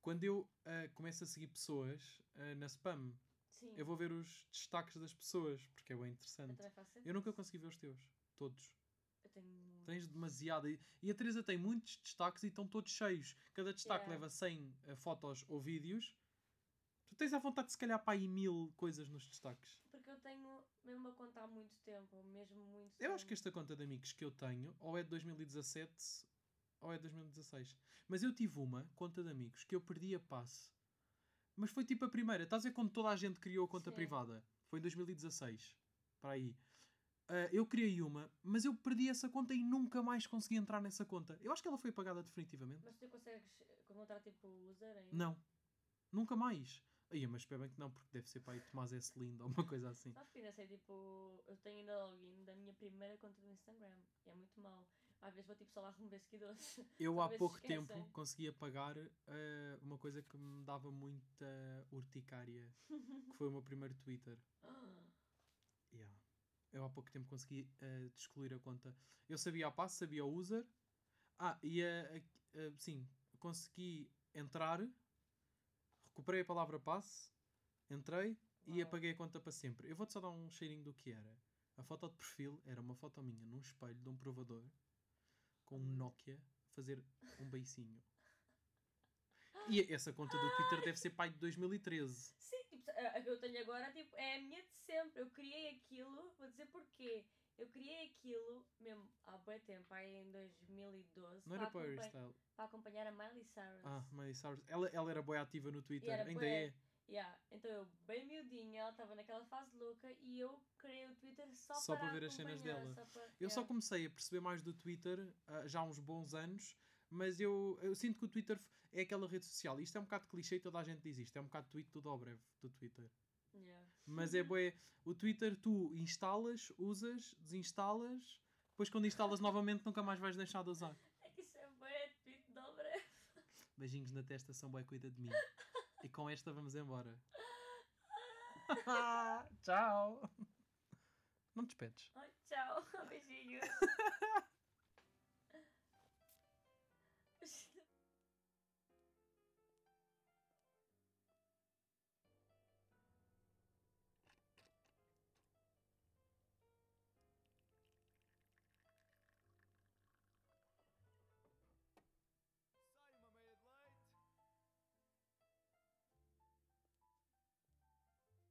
Speaker 1: quando eu ah, começo a seguir pessoas ah, na spam,
Speaker 2: Sim.
Speaker 1: eu vou ver os destaques das pessoas porque é bem
Speaker 2: Eu
Speaker 1: interessante.
Speaker 2: também faço sempre
Speaker 1: Eu nunca
Speaker 2: isso.
Speaker 1: consegui ver os teus, todos.
Speaker 2: Eu tenho muito.
Speaker 1: Tens demasiada. E- E a Teresa tem muitos destaques e estão todos cheios. Cada destaque
Speaker 2: Yeah.
Speaker 1: leva 100 eh, fotos ou vídeos. Tu tens à vontade, de, se calhar, para aí mil coisas nos destaques.
Speaker 2: Porque eu tenho mesmo uma conta há muito tempo, mesmo muito
Speaker 1: Eu acho que
Speaker 2: tempo.
Speaker 1: esta conta de amigos que eu tenho ou é de 2017 ou é de 2016. Mas eu tive uma conta de amigos que eu perdi a passe. Mas foi tipo a primeira. Estás a ver quando toda a gente criou a conta
Speaker 2: Sim.
Speaker 1: privada? Foi em 2016. Para aí. Ah, eu criei uma, mas eu perdi essa conta e nunca mais consegui entrar nessa conta. Eu acho que ela foi apagada definitivamente.
Speaker 2: Mas tu consegues eh, contratar tipo o user ainda?
Speaker 1: Não. Nunca mais. Aí, mas espera bem que não, porque deve ser para aí Tomás S. Lindo ou uma coisa assim.
Speaker 2: Sabes que ainda sei, tipo, eu tenho ainda login da minha primeira conta do Instagram. E é muito mau. Às vezes vou tipo só lá remover seguidores.
Speaker 1: Eu há
Speaker 2: Talvez
Speaker 1: pouco
Speaker 2: esquecem.
Speaker 1: tempo consegui apagar eh, uma coisa que me dava muita urticária, que foi o meu primeiro Twitter. Yeah. Eu há pouco tempo consegui eh, excluir a conta. Eu sabia a passo, sabia o user, Ah, e a, a- a- sim, consegui entrar, recuperei a palavra passe, entrei e
Speaker 2: Uau.
Speaker 1: apaguei a conta para sempre. Eu vou-te só dar um cheirinho do que era. A foto de perfil era uma foto minha num espelho de um provador com um Nokia a fazer um beicinho. E essa conta do Twitter deve ser pai de 2013.
Speaker 2: (gasps) Sim, tipo, a a que eu tenho agora tipo, é a minha de sempre. Eu criei aquilo, vou dizer porquê. Eu criei aquilo mesmo há bem tempo, aí em 2012,
Speaker 1: Não era
Speaker 2: para,
Speaker 1: para
Speaker 2: acompan-
Speaker 1: Style.
Speaker 2: para acompanhar a Miley Cyrus.
Speaker 1: Ah, Miley Cyrus. Ela, ela era boa ativa no Twitter.
Speaker 2: era
Speaker 1: Ainda
Speaker 2: bué.
Speaker 1: é.
Speaker 2: Yeah. Então eu, bem miudinha, ela estava naquela fase louca e eu criei o Twitter só,
Speaker 1: Só
Speaker 2: para
Speaker 1: para ver as cenas
Speaker 2: acompanhar,
Speaker 1: dela.
Speaker 2: só para-
Speaker 1: Eu só
Speaker 2: yeah.
Speaker 1: comecei a perceber mais do Twitter ah, já há uns bons anos, mas eu, eu sinto que o Twitter f- é aquela rede social. Isto é um bocado clichê e toda a gente diz isto. É um bocado tweet tudo ao breve do Twitter.
Speaker 2: Yeah.
Speaker 1: Mas
Speaker 2: Uhum.
Speaker 1: é bué. O Twitter tu instalas, usas, desinstalas, depois quando instalas novamente nunca mais vais deixar de usar.
Speaker 2: É que isso é bué de tweet dobra.
Speaker 1: Beijinhos na testa, são bué, cuida de mim. E com esta vamos
Speaker 2: (laughs)
Speaker 1: embora. (laughs) Tchau! Não te despedes.
Speaker 2: (laughs) Ai, tchau, beijinhos. (laughs)